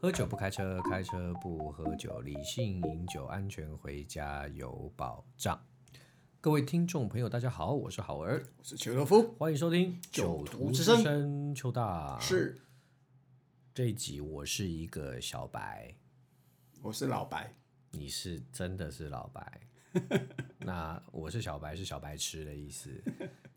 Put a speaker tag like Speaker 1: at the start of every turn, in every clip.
Speaker 1: 喝酒不开车，开车不喝酒，理性饮酒，安全回家有保障。各位听众朋友，大家好，我是好儿，
Speaker 2: 我是邱德夫，
Speaker 1: 欢迎收听《
Speaker 2: 酒
Speaker 1: 徒
Speaker 2: 徒之声
Speaker 1: 声》，邱大
Speaker 2: 是
Speaker 1: 这一集我是一个小白，
Speaker 2: 我是老白，
Speaker 1: 你是真的是老 白，那我是小白是小白痴的意思，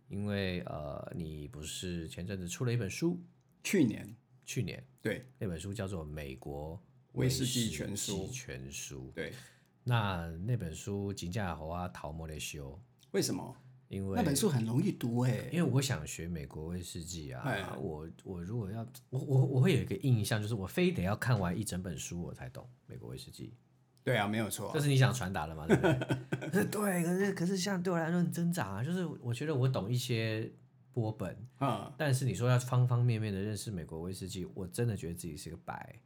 Speaker 1: 因为呃，你不是前阵子出了一本书，
Speaker 2: 去年
Speaker 1: 去年
Speaker 2: 对
Speaker 1: 那本书叫做《美国
Speaker 2: 威士忌全书
Speaker 1: 威士忌全书》，
Speaker 2: 对，
Speaker 1: 那那本书金价猴啊桃莫雷修，
Speaker 2: 为什么
Speaker 1: 因为
Speaker 2: 那本书很容易读哎、
Speaker 1: 因为我想学美国威士忌
Speaker 2: 哎
Speaker 1: 啊，我我如果要我我我会有一个印象，就是我非得要看完一整本书我才懂美国威士忌，
Speaker 2: 对啊，没有错
Speaker 1: 这
Speaker 2: 啊，
Speaker 1: 是你想传达的嘛？对不对？ 可是对，可是可是像对我来说很挣扎啊，就是我觉得我懂一些波本，
Speaker 2: 嗯，
Speaker 1: 但是你说要方方面面的认识美国威士忌，我真的觉得自己是个白。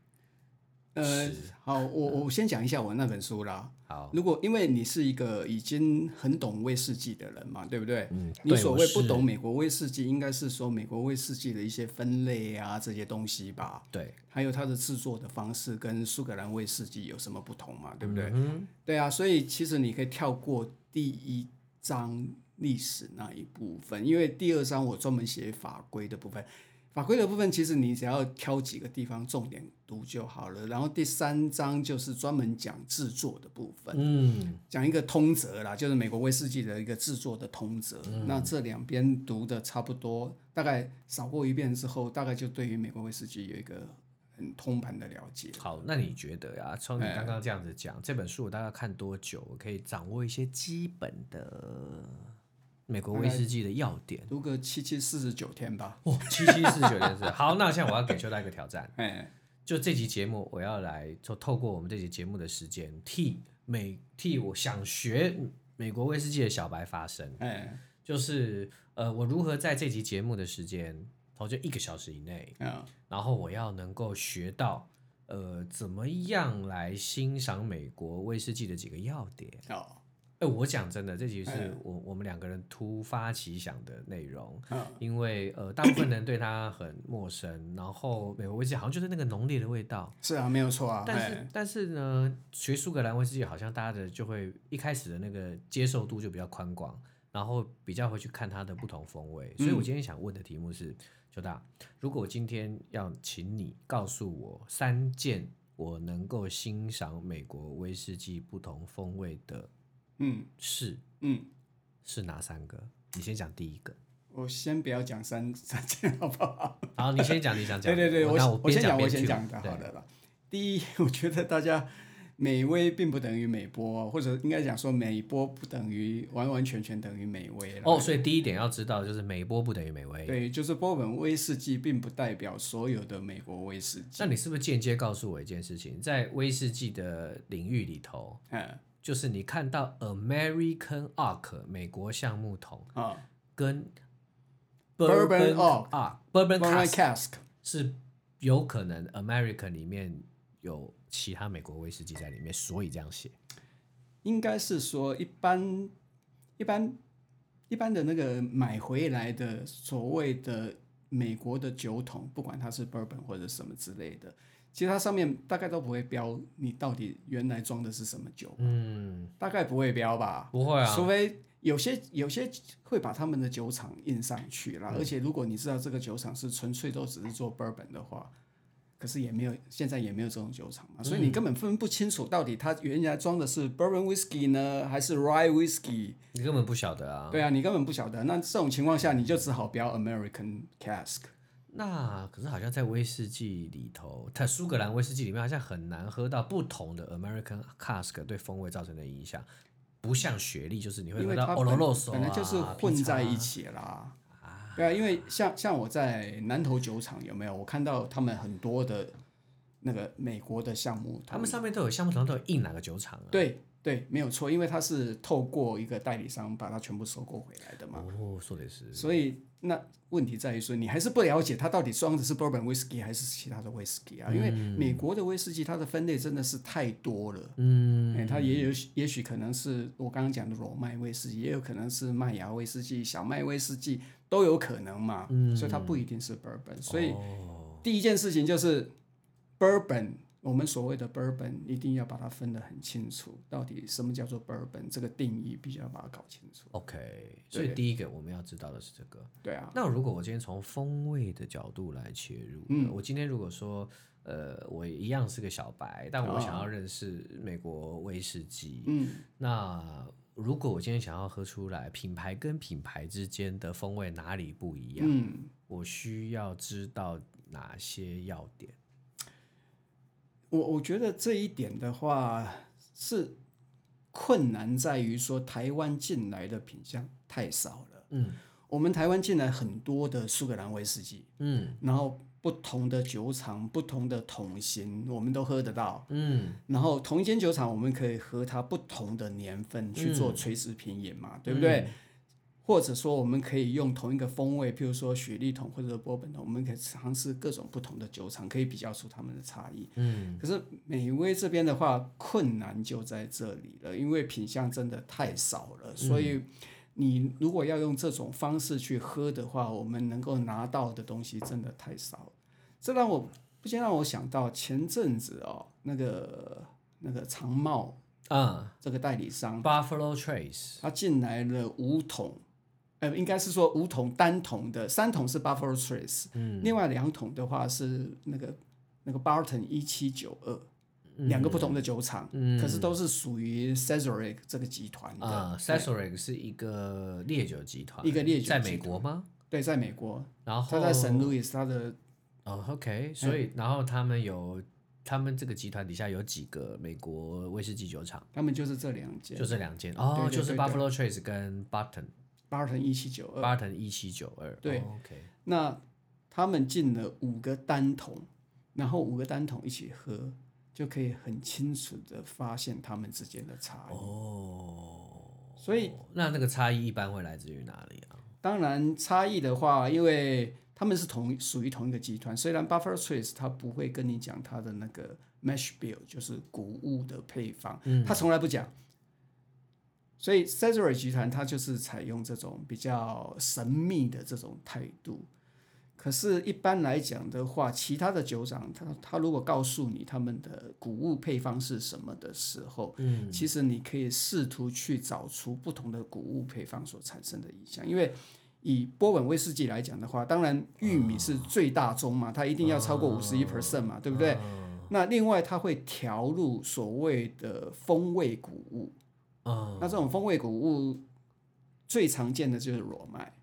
Speaker 2: 呃
Speaker 1: 是，
Speaker 2: 好，我我先讲一下我那本书啦。
Speaker 1: 好，
Speaker 2: 如果因为你是一个已经很懂威士忌的人嘛，对不对？
Speaker 1: 嗯
Speaker 2: 你
Speaker 1: 对
Speaker 2: 所
Speaker 1: 我
Speaker 2: 谓
Speaker 1: 是
Speaker 2: 不懂美国威士忌，应该是说美国威士忌的一些分类啊这些东西吧，
Speaker 1: 对，
Speaker 2: 还有它的制作的方式跟苏格兰威士忌有什么不同嘛，对不对？
Speaker 1: 嗯
Speaker 2: 对啊，所以其实你可以跳过第一章历史那一部分，因为第二章我专门写法规的部分。法规的部分，其实你只要挑几个地方重点读就好了。然后第三章就是专门讲制作的部分，
Speaker 1: 嗯，
Speaker 2: 讲一个通则啦，就是美国威士忌的一个制作的通则。那这两边读的差不多，大概扫过一遍之后，大概就对于美国威士忌有一个很通盘的了解。
Speaker 1: 好，那你觉得呀、从你刚刚这样子讲，这本书我大概看多久，我可以掌握一些基本的美国威士忌的要点？
Speaker 2: 读个七七四十九天吧，
Speaker 1: 哇、哦七七四九件事。 好，那现在我要给邱大一个挑战，
Speaker 2: 哎。
Speaker 1: 就这集节目，我要来就透过我们这集节目的时间，替美替我想学美国威士忌的小白发声。
Speaker 2: 哎，
Speaker 1: 就是呃，我如何在这集节目的时间，然后就一个小时以内，
Speaker 2: 嗯，
Speaker 1: 然后我要能够学到呃，怎么样来欣赏美国威士忌的几个要点。
Speaker 2: 好，
Speaker 1: 哎，我讲真的，这集是
Speaker 2: 嗯
Speaker 1: 我我们两个人突发奇想的内容，
Speaker 2: 嗯，
Speaker 1: 因为呃，大部分人对它很陌生，然后美国威士忌好像就是那个浓烈的味道。
Speaker 2: 是啊，没有错啊，
Speaker 1: 但是
Speaker 2: 哎，
Speaker 1: 但是呢，学苏格兰威士忌好像大家的就会一开始的那个接受度就比较宽广，然后比较会去看它的不同风味。
Speaker 2: 嗯
Speaker 1: 所以我今天想问的题目是，邱大，如果我今天要请你告诉我三件我能够欣赏美国威士忌不同风味的
Speaker 2: 嗯
Speaker 1: 事，
Speaker 2: 嗯，
Speaker 1: 是哪三个？你先讲第一个，
Speaker 2: 我先不要讲三 三件，好不好？
Speaker 1: 好，你先讲，你想讲。
Speaker 2: 对对对，
Speaker 1: 那
Speaker 2: 我
Speaker 1: 边
Speaker 2: 先
Speaker 1: 讲
Speaker 2: 我
Speaker 1: 边
Speaker 2: 先
Speaker 1: cue，
Speaker 2: 讲的，
Speaker 1: 对
Speaker 2: 好的了。第一，我觉得大家美味并不等于美波，或者应该讲说美波不等于完完全全等于美味了。
Speaker 1: 哦，所以第一点要知道的就是美波不等于美威。
Speaker 2: 对，就是波本威士忌并不代表所有的美国威士忌。
Speaker 1: 那你是不是间接告诉我一件事情，在威士忌的领域里头，
Speaker 2: 嗯
Speaker 1: 就是你看到 American Oak 美国橡木桶
Speaker 2: 啊
Speaker 1: 跟
Speaker 2: Bourbon Oak
Speaker 1: Oak Bourbon
Speaker 2: b o r n
Speaker 1: Cask
Speaker 2: Cask，
Speaker 1: 是有可能 American 里面有其他美国威士忌在里面，所以这样写。
Speaker 2: 应该是说一般一般一般的那个买回来的所谓的美国的酒桶，不管它是 bourbon 或者什么之类的，其实它上面大概都不会标你到底原来装的是什么酒，
Speaker 1: 嗯，
Speaker 2: 大概不会标吧？
Speaker 1: 不会啊
Speaker 2: 除，非有些有些会把他们的酒厂印上去啦，而且如果你知道这个酒厂是纯粹都只是做 bourbon 的话，可是也没有现在也没有这种酒厂嘛，所以你根本分不清楚到底它原来装的是 bourbon whisky 呢，还是 rye whisky？
Speaker 1: 你根本不晓得啊。
Speaker 2: 对啊，你根本不晓得。那这种情况下，你就只好标 American cask。
Speaker 1: 那可是好像在威士忌里头，它苏格兰威士忌里面好像很难喝到不同的 American cask 对风味造成的影响，不像雪莉，就是你会
Speaker 2: 因
Speaker 1: 喝
Speaker 2: 为
Speaker 1: 到啊
Speaker 2: 它
Speaker 1: o l o
Speaker 2: 本
Speaker 1: l o s
Speaker 2: 本来就是混在一起啦。啊对啊，因为像像我在南投酒厂有没有？我看到他们很多的那个美国的项目，
Speaker 1: 他们上面都有橡木桶，都有印哪个酒厂啊？
Speaker 2: 对对，没有错，因为它是透过一个代理商把它全部收购回来的嘛。
Speaker 1: 哦，说的是，
Speaker 2: 所以那问题在于说，你还是不了解它到底装的是 bourbon whisky 还是其他的 whisky 啊？因为美国的威士忌它的分类真的是太多了。嗯，它也有也许可能是我刚刚讲的裸麦威士忌，也有可能是麦芽威士忌、小麦威士忌都有可能嘛。嗯，所以它不一定是 bourbon。所以
Speaker 1: 哦，
Speaker 2: 第一件事情就是 bourbon，我们所谓的 bourbon 一定要把它分得很清楚，到底什么叫做 bourbon 这个定义必须要把它搞清楚。
Speaker 1: OK，所以第一个我们要知道的是这个。
Speaker 2: 对啊，
Speaker 1: 那如果我今天从风味的角度来切入，
Speaker 2: 嗯
Speaker 1: 我今天如果说，呃，我一样是个小白，但我
Speaker 2: 啊
Speaker 1: 想要认识美国威士忌，
Speaker 2: 嗯，
Speaker 1: 那如果我今天想要喝出来品牌跟品牌之间的风味哪里不一样，
Speaker 2: 嗯，
Speaker 1: 我需要知道哪些要点？
Speaker 2: 我我觉得这一点的话是困难在于说台湾进来的品相太少了。
Speaker 1: 嗯
Speaker 2: 我们台湾进来很多的苏格兰威士忌，
Speaker 1: 嗯
Speaker 2: 然后不同的酒厂、不同的桶型，我们都喝得到。
Speaker 1: 嗯
Speaker 2: 然后同一间酒厂，我们可以和它不同的年份去做垂直品饮嘛，对不对？或者说，我们可以用同一个风味，譬如说雪莉桶或者波本桶，我们可以尝试各种不同的酒厂，可以比较出它们的差异。
Speaker 1: 嗯，
Speaker 2: 可是美威这边的话，困难就在这里了，因为品相真的太少了，所以你如果要用这种方式去喝的话，我们能够拿到的东西真的太少了。这让我不禁让我想到前阵子哦，那个那个长茂
Speaker 1: 啊、
Speaker 2: 这个代理商，
Speaker 1: Buffalo Trace，
Speaker 2: 他进来了五桶，呃，应该是说五桶单桶的，三桶是 Buffalo Trace，、
Speaker 1: 嗯
Speaker 2: 另外两桶的话是那个那个 Barton 一七九二，两个不同的酒厂，
Speaker 1: 嗯
Speaker 2: 可是都是属于 Cesaric 这个集团的
Speaker 1: 啊 s a s o r i c 是一个烈酒集团，
Speaker 2: 一个烈酒
Speaker 1: 在
Speaker 2: 集
Speaker 1: 美国吗？
Speaker 2: 对，在美国，
Speaker 1: 然后
Speaker 2: 他在嗯 St. Louis，他的
Speaker 1: 哦，OK，所以然后他们有，他们这个集团底下有几个美国威士忌酒厂，
Speaker 2: 他们就是这两间
Speaker 1: 就这两间哦，
Speaker 2: 对对
Speaker 1: 就是
Speaker 2: 对
Speaker 1: Buffalo Trace 跟 Barton
Speaker 2: Barton 一七九二，
Speaker 1: Barton 一七九二，
Speaker 2: 对
Speaker 1: 哦，OK，
Speaker 2: 那他们进了五个单桶，然后五个单桶一起喝。就可以很清楚的发现他们之间的差异。
Speaker 1: 哦，
Speaker 2: 所以
Speaker 1: 哦那那个差异一般会来自于哪里啊？
Speaker 2: 当然，差异的话，因为他们是同属于同一个集团，虽然 Buffalo Trace 他不会跟你讲他的那个 mash bill，就是谷物的配方，他从来不讲。所以 c e s a r y 集团它就是采用这种比较神秘的这种态度。可是，一般来讲的话，其他的酒厂，他他如果告诉你他们的谷物配方是什么的时候，
Speaker 1: 嗯
Speaker 2: 其实你可以试图去找出不同的谷物配方所产生的影响，因为以波本威士忌来讲的话，当然玉米
Speaker 1: 啊
Speaker 2: 是最大宗嘛，它一定要超过五十一 percent 嘛，对不对？
Speaker 1: 啊
Speaker 2: 那另外它会调入所谓的风味谷物，
Speaker 1: 嗯
Speaker 2: 那这种风味谷物最常见的就是裸麦，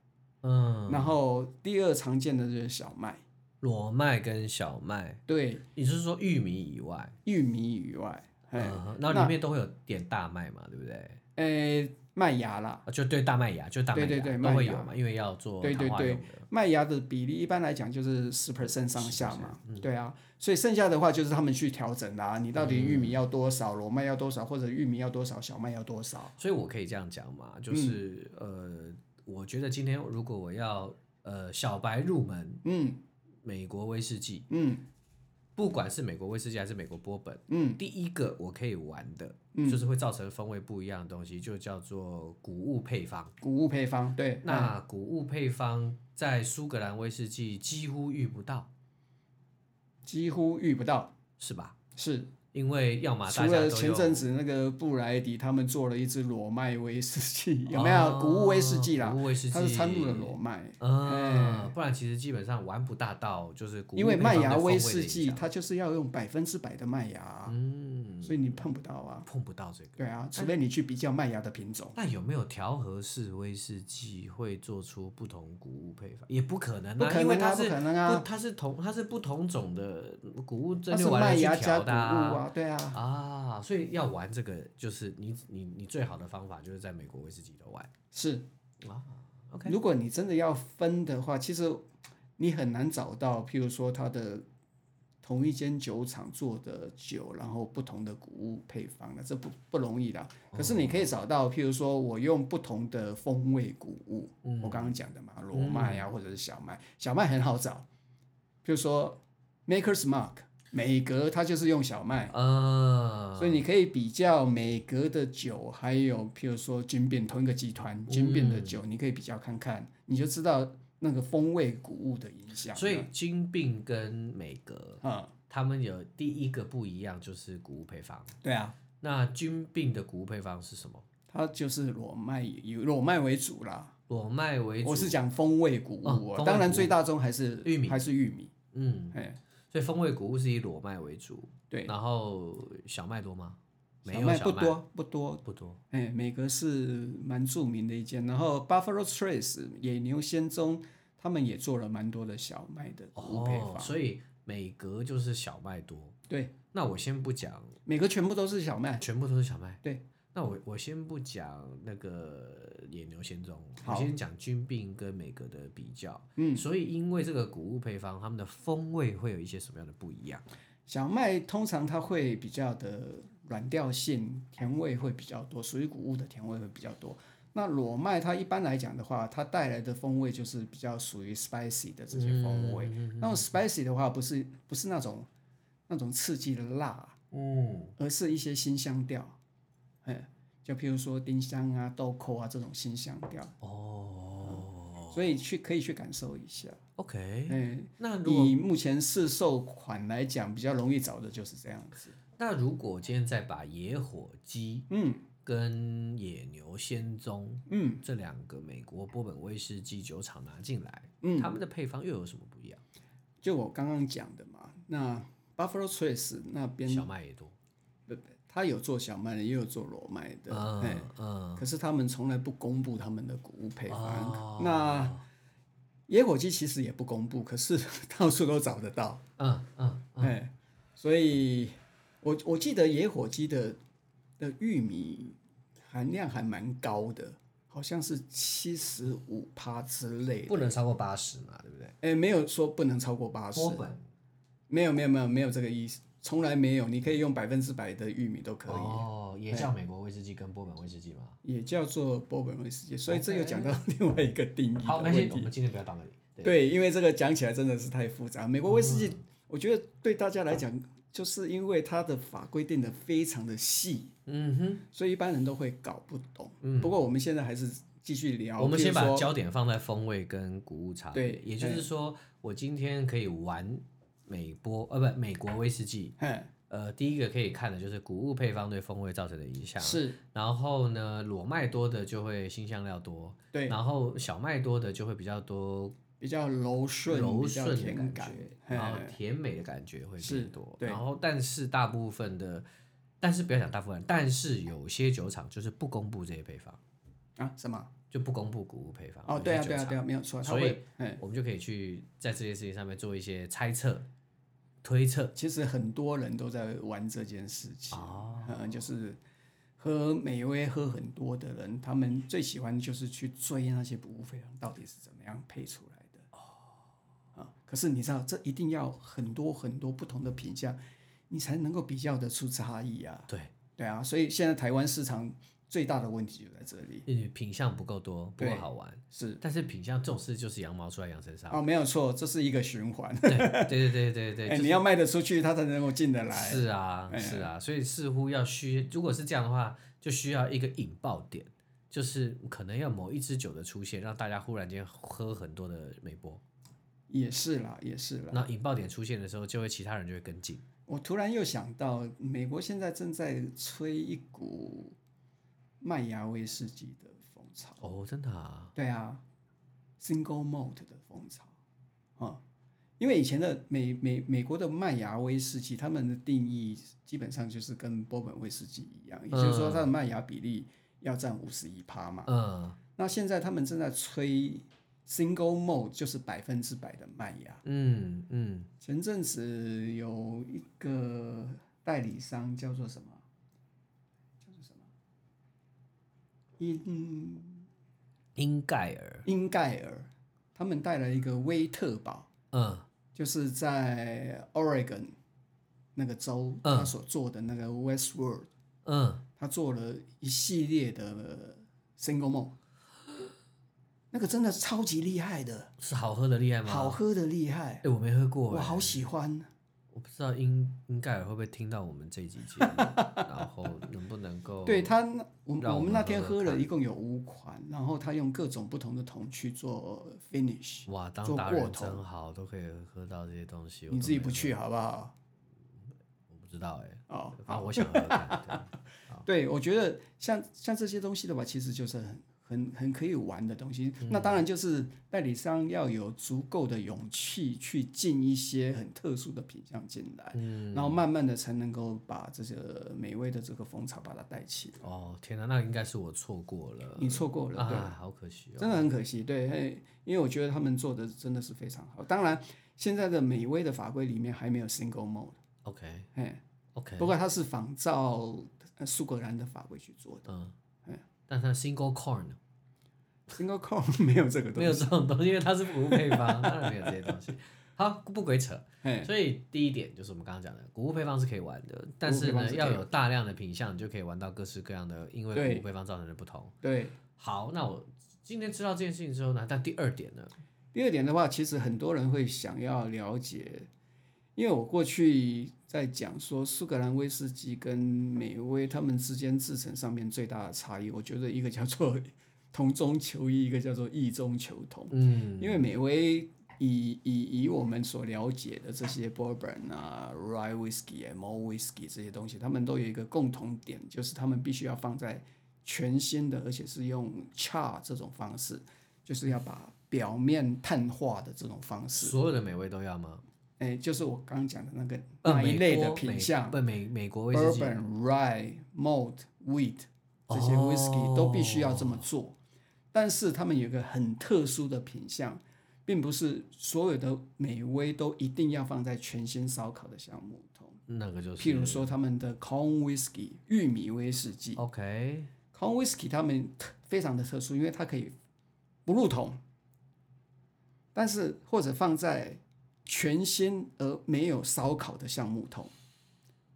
Speaker 1: 嗯，
Speaker 2: 然后第二常见的就是小麦，
Speaker 1: 裸麦跟小麦，
Speaker 2: 对，
Speaker 1: 你是说玉米以外，
Speaker 2: 玉米以外，哎，
Speaker 1: 嗯哼，那里面都会有点大麦嘛，对不对？
Speaker 2: 诶，麦芽啦，
Speaker 1: 啊就对大麦芽，就大麦
Speaker 2: 对对
Speaker 1: 芽
Speaker 2: 对
Speaker 1: 都
Speaker 2: 麦
Speaker 1: 会有
Speaker 2: 芽
Speaker 1: 嘛，因为要做
Speaker 2: 对
Speaker 1: 糖
Speaker 2: 对
Speaker 1: 化
Speaker 2: 对
Speaker 1: 用的
Speaker 2: 麦芽的比例一般来讲就是十 percent 上下嘛，
Speaker 1: 嗯
Speaker 2: 对啊，所以剩下的话就是他们去调整啦、你到底玉
Speaker 1: 嗯
Speaker 2: 米要多少，裸麦要多少，或者玉米要多少，小麦要多少？
Speaker 1: 所以我可以这样讲嘛，就是、呃，我觉得今天如果我要呃小白入门
Speaker 2: 嗯
Speaker 1: 美国威士忌，
Speaker 2: 嗯
Speaker 1: 不管是美国威士忌还是美国波本，
Speaker 2: 嗯
Speaker 1: 第一个我可以玩的，
Speaker 2: 嗯
Speaker 1: 就是会造成风味不一样的东西，就叫做谷物配方。
Speaker 2: 谷物配方对，
Speaker 1: 那谷物配方在苏格兰威士忌几乎遇不到，
Speaker 2: 几乎遇不到，
Speaker 1: 是吧？
Speaker 2: 是
Speaker 1: 因为要么
Speaker 2: 除
Speaker 1: 大家都
Speaker 2: 了前阵
Speaker 1: 用
Speaker 2: 子那个布莱迪他们做了一支裸麦威士 忌，有没
Speaker 1: 哦
Speaker 2: 有谷物威士忌啦？
Speaker 1: 谷物威士忌
Speaker 2: 它是掺入了裸麦，
Speaker 1: 嗯，不然其实基本上玩不大到，就是谷物
Speaker 2: 哎因为
Speaker 1: 配
Speaker 2: 麦
Speaker 1: 方
Speaker 2: 芽
Speaker 1: 对风味
Speaker 2: 威
Speaker 1: 的
Speaker 2: 士
Speaker 1: 影
Speaker 2: 忌
Speaker 1: 响
Speaker 2: 它就是要用百分之百的麦芽，
Speaker 1: 嗯，
Speaker 2: 所以你碰不到啊。
Speaker 1: 碰不到这个。
Speaker 2: 对啊，除非你去比较麦芽的品种。
Speaker 1: 那有没有调和式威士忌会做出不同谷物配方？也不可能啊，
Speaker 2: 不可能啊
Speaker 1: 因为它是
Speaker 2: 不可能啊
Speaker 1: 不它是同它是不同种的谷物
Speaker 2: 它
Speaker 1: 蒸
Speaker 2: 是
Speaker 1: 馏
Speaker 2: 麦
Speaker 1: 完
Speaker 2: 芽
Speaker 1: 了去
Speaker 2: 加
Speaker 1: 调
Speaker 2: 谷物
Speaker 1: 的啊。
Speaker 2: 啊，对啊，
Speaker 1: 啊，所以要玩这个，就是你你你最好的方法就是在美国威士忌都玩。
Speaker 2: 是。
Speaker 1: 哦 OK
Speaker 2: 啊如果你真的要分的话，其实你很难找到，譬如说它的同一间酒厂做的酒，然后不同的谷物配方的，这不不容易啦。
Speaker 1: 哦
Speaker 2: 可是你可以找到，譬如说我用不同的风味谷物，
Speaker 1: 嗯
Speaker 2: 我刚刚讲的嘛，罗麦啊，或者是小麦，小麦很好找，譬如说 Maker's Mark 美格，它就是用小麦。
Speaker 1: 呃，
Speaker 2: 所以你可以比较美格的酒，还有譬如说军变同一个集
Speaker 1: 嗯
Speaker 2: 团军变的酒，你可以比较看看，你就知道那个风味谷物的影响了。
Speaker 1: 所以金并跟美格
Speaker 2: 啊、
Speaker 1: 他们有第一个不一样就是谷物配方。
Speaker 2: 对啊，
Speaker 1: 那菌病的谷物配方是什么？
Speaker 2: 它就是裸麦以裸麦为主啦。
Speaker 1: 裸麦为主，
Speaker 2: 我是讲风味谷物、
Speaker 1: 哦风味
Speaker 2: 哦，
Speaker 1: 谷物
Speaker 2: 当然最大宗还是
Speaker 1: 玉米
Speaker 2: 还是玉米。
Speaker 1: 嗯，
Speaker 2: 哎，
Speaker 1: 所以风味谷物是以裸麦为主，
Speaker 2: 对，
Speaker 1: 然后小麦多吗？没
Speaker 2: 小
Speaker 1: 有
Speaker 2: 麦
Speaker 1: 小
Speaker 2: 不多不多。
Speaker 1: 不多，
Speaker 2: 哎，美格是蛮著名的一间，然后 Buffalo Trace 野牛仙踪，他们也做了蛮多的小麦的谷物配
Speaker 1: 哦
Speaker 2: 方。，
Speaker 1: 所以每格就是小麦多。
Speaker 2: 对，
Speaker 1: 那我先不讲，
Speaker 2: 每个全部都是小麦。
Speaker 1: 全部都是小麦。
Speaker 2: 对，
Speaker 1: 那我我先不讲那个野牛仙踪，我
Speaker 2: 好
Speaker 1: 先讲菌病跟每格的比较。
Speaker 2: 嗯，
Speaker 1: 所以因为这个谷物配方，它们的风味会有一些什么样的不一样？
Speaker 2: 小麦通常它会比较的软调性，甜味会比较多，属于谷物的甜味会比较多。那裸麦它一般来讲的话，它带来的风味就是比较属于 spicy 的这些风
Speaker 1: 嗯
Speaker 2: 味。那种 spicy 的话，不是不是那种那种刺激的辣，
Speaker 1: 嗯，
Speaker 2: 而是一些新香调，哎，就譬如说丁香啊、豆蔻啊这种新香调，嗯
Speaker 1: 哦
Speaker 2: 所以去可以去感受一下。
Speaker 1: ，OK，
Speaker 2: 哎，
Speaker 1: 那如果
Speaker 2: 以目前市售款来讲，比较容易找的就是这样子。
Speaker 1: 那如果今天再把野火鸡
Speaker 2: 嗯
Speaker 1: 跟野牛仙踪
Speaker 2: 嗯
Speaker 1: 这两个美国波本威士忌酒厂拿进来，
Speaker 2: 嗯，
Speaker 1: 他们的配方又有什么不一样？
Speaker 2: 就我刚刚讲的嘛，那 Buffalo Trace 那边
Speaker 1: 小麦也多，
Speaker 2: 他有做小麦的，也有做裸麦的，哎、
Speaker 1: 嗯嗯，
Speaker 2: 可是他们从来不公布他们的谷物配方。
Speaker 1: 哦
Speaker 2: 那野火鸡其实也不公布，可是 到处都找得到。
Speaker 1: 嗯嗯嗯，
Speaker 2: 哎，所以我我记得野火鸡的的玉米含量还蛮高的，好像是七十五趴之类的。
Speaker 1: 不能超过八十嘛，对不对？
Speaker 2: 哎，没有说不能超过八十
Speaker 1: 波，本
Speaker 2: 没有没有没有没有这个意思，从来没有。你可以用百分之百的玉米都可以，
Speaker 1: 哦，也叫美国威士忌跟波本威士忌嘛。
Speaker 2: 也叫做波本威士忌。所以这又讲到另嗯外一个定义的
Speaker 1: 哦好，没关
Speaker 2: 问
Speaker 1: 系，我
Speaker 2: 题。
Speaker 1: 们今天不要到那里。对，嗯
Speaker 2: 对，因为这个讲起来真的是太复杂。美国威士忌，我觉得对大家来讲，就是因为它的法规定的非常的细。
Speaker 1: 嗯哼。
Speaker 2: 所以一般人都会搞不懂。不过我们现在还是继续聊，
Speaker 1: 嗯我们
Speaker 2: 譬
Speaker 1: 先
Speaker 2: 如说
Speaker 1: 把焦点放在风味跟谷物差别，
Speaker 2: 对
Speaker 1: 也就是说，我今天可以玩美波，呃，不，美国威士忌。
Speaker 2: 嗯
Speaker 1: 呃，第一个可以看的就是谷物配方对风味造成的影响，
Speaker 2: 是
Speaker 1: 然后呢，裸麦多的就会新香料多，
Speaker 2: 对
Speaker 1: 然后小麦多的就会比较多
Speaker 2: 比较柔顺、
Speaker 1: 柔
Speaker 2: 比较
Speaker 1: 顺的
Speaker 2: 甜
Speaker 1: 感觉，
Speaker 2: 嘿
Speaker 1: 然后甜美的感觉会
Speaker 2: 是
Speaker 1: 更多，
Speaker 2: 对
Speaker 1: 然后但是大部分的，但是不要讲大部分，但是有些酒厂就是不公布这些配方，
Speaker 2: 啊什么？
Speaker 1: 就不公布谷物配方，
Speaker 2: 哦，
Speaker 1: 有
Speaker 2: 对啊
Speaker 1: 些
Speaker 2: 对
Speaker 1: 酒
Speaker 2: 啊
Speaker 1: 厂
Speaker 2: 对啊，没有错，它
Speaker 1: 所以
Speaker 2: 会嗯，
Speaker 1: 我们就可以去在这件事情上面做一些猜测、推测。
Speaker 2: 其实很多人都在玩这件事情，
Speaker 1: 哦
Speaker 2: 嗯，就是。喝美味喝很多的人，他们最喜欢就是去追那些谷物肥料到底是怎么样配出来的。哦，啊，可是你知道，这一定要很多很多不同的品相，你才能够比较得出差异啊。
Speaker 1: 对，
Speaker 2: 对啊，所以现在台湾市场最大的问题就在这里。
Speaker 1: 因为品相不够多，不够
Speaker 2: 对
Speaker 1: 好玩。
Speaker 2: 是
Speaker 1: 但是品相这种事就是羊毛出在羊身上。
Speaker 2: 哦，没有错，这是一个循环。
Speaker 1: 对对对对 对
Speaker 2: 哎、
Speaker 1: 对，就
Speaker 2: 你要卖得出去，它才能够进得来。哎
Speaker 1: 是啊是啊，所以似乎要需，如果是这样的话，就需要一个引爆点，就是可能要某一支酒的出现，让大家忽然间喝很多的美波。
Speaker 2: 也是啦，也是啦。
Speaker 1: 那引爆点出现的时候，就会其他人就会跟进。
Speaker 2: 我突然又想到，美国现在正在吹一股麦芽威士忌的风潮。
Speaker 1: 哦，真的啊，
Speaker 2: 对啊，single malt 的风潮啊、因为以前的美美美国的麦芽威士忌，他们的定义基本上就是跟波本威士忌一样，也就是说它的麦芽比例要占五十一趴嘛。
Speaker 1: 嗯
Speaker 2: 那现在他们正在吹 single malt，就是百分之百的麦芽。
Speaker 1: 嗯嗯，
Speaker 2: 前阵子有一个代理商叫做什么？叫做什么？英
Speaker 1: 英盖尔，
Speaker 2: 英盖尔，他们带来一个威特堡，
Speaker 1: 嗯
Speaker 2: 就是在 Oregon 那个州，
Speaker 1: 嗯
Speaker 2: 他所做的那个 Westward，
Speaker 1: 嗯。
Speaker 2: 他做了一系列的 single malt，那个真的超级厉害的，
Speaker 1: 是好喝的厉害吗？
Speaker 2: 好，喝的厉害
Speaker 1: 哎、，我没喝过、
Speaker 2: 我
Speaker 1: 哎
Speaker 2: 好喜欢。
Speaker 1: 我不知道英英盖尔会不会听到我们这一集节 目，然后能不能够
Speaker 2: 对他那，我
Speaker 1: 哦让
Speaker 2: 们
Speaker 1: 我
Speaker 2: 我
Speaker 1: 们
Speaker 2: 们那天
Speaker 1: 喝喝
Speaker 2: 喝了
Speaker 1: 看
Speaker 2: 一共有五款，然后他用各种不同的桶去做 finish，
Speaker 1: 哇，当
Speaker 2: 做
Speaker 1: 达
Speaker 2: 过
Speaker 1: 人
Speaker 2: 头
Speaker 1: 真好，都可以喝到这些东西。我
Speaker 2: 你
Speaker 1: 都
Speaker 2: 自己
Speaker 1: 没
Speaker 2: 不
Speaker 1: 有
Speaker 2: 去好不好？
Speaker 1: 知道哎、
Speaker 2: 哦，
Speaker 1: 反正我想喝喝看。对
Speaker 2: 对，我觉得像像这些东西的话，其实就是很很很可以玩的东
Speaker 1: 嗯
Speaker 2: 西。那当然就是代理商要有足够的勇气去进一些很特殊的品相进来，嗯，然后慢慢的才能够把这个美味的这个风潮把它带起来。
Speaker 1: 哦，天哪，那应该是我错过了，
Speaker 2: 你错过了，对。
Speaker 1: 呃啊，好可惜哦。
Speaker 2: 真的很可惜，对，嘿因为我觉得他们做的真的是非常好。当然，现在的美味的法规里面还没有 single mode，
Speaker 1: OK
Speaker 2: 哎，
Speaker 1: OK，
Speaker 2: 不过它是仿照呃苏格兰的法规去做
Speaker 1: 嗯，但是它 single corn
Speaker 2: 的，single call 没有这个东
Speaker 1: 没
Speaker 2: 西，
Speaker 1: 有这种东西，因为它是服务配方，当然没有这些东西。好，不鬼扯。
Speaker 2: 哎，
Speaker 1: 所以第一点就是我们刚刚讲的，谷物配方是可以玩的，但
Speaker 2: 谷物
Speaker 1: 是
Speaker 2: 配方
Speaker 1: 呢，
Speaker 2: 是可以
Speaker 1: 要有大量的品相，你就可以玩到各式各样的，因为
Speaker 2: 对
Speaker 1: 谷物配方造成的不同。
Speaker 2: 对。
Speaker 1: 好，那我今天知道这件事情之后呢，但第二点呢，
Speaker 2: 第二点的话，其实很多人会想要了解，因为我过去在讲说苏格兰威士忌跟美威他们之间制成上面最大的差异，我觉得一个叫做 同中求异，一个叫做异中求同。
Speaker 1: 嗯，
Speaker 2: 因为美威以以以我们所了解的这些 bourbon 啊、rye whisky 啊、malt whisky 这些东西，他们都有一个共同点，就是他们必须要放在全新的，而且是用 char 这种方式，就是要把表面碳化的这种方式，
Speaker 1: 所有的美味都要吗？
Speaker 2: 哎，就是我刚刚讲的那个
Speaker 1: 呃
Speaker 2: 那一类
Speaker 1: 美
Speaker 2: 的
Speaker 1: 国
Speaker 2: 品
Speaker 1: 美
Speaker 2: 相
Speaker 1: 不美美国威士忌，
Speaker 2: ，bourbon、rye、malt、wheat 这些
Speaker 1: 哦
Speaker 2: whisky 都必须要这么做，但是他们有一个很特殊的品相，并不是所有的美威都一定要放在全新烧烤的橡木桶。
Speaker 1: 那个就是，
Speaker 2: 譬如说他们的 corn whisky 玉米威士忌
Speaker 1: OK，
Speaker 2: ，corn whisky 他们特非常的特殊，因为它可以不入桶，但是或者放在全新而没有烧烤的橡木桶，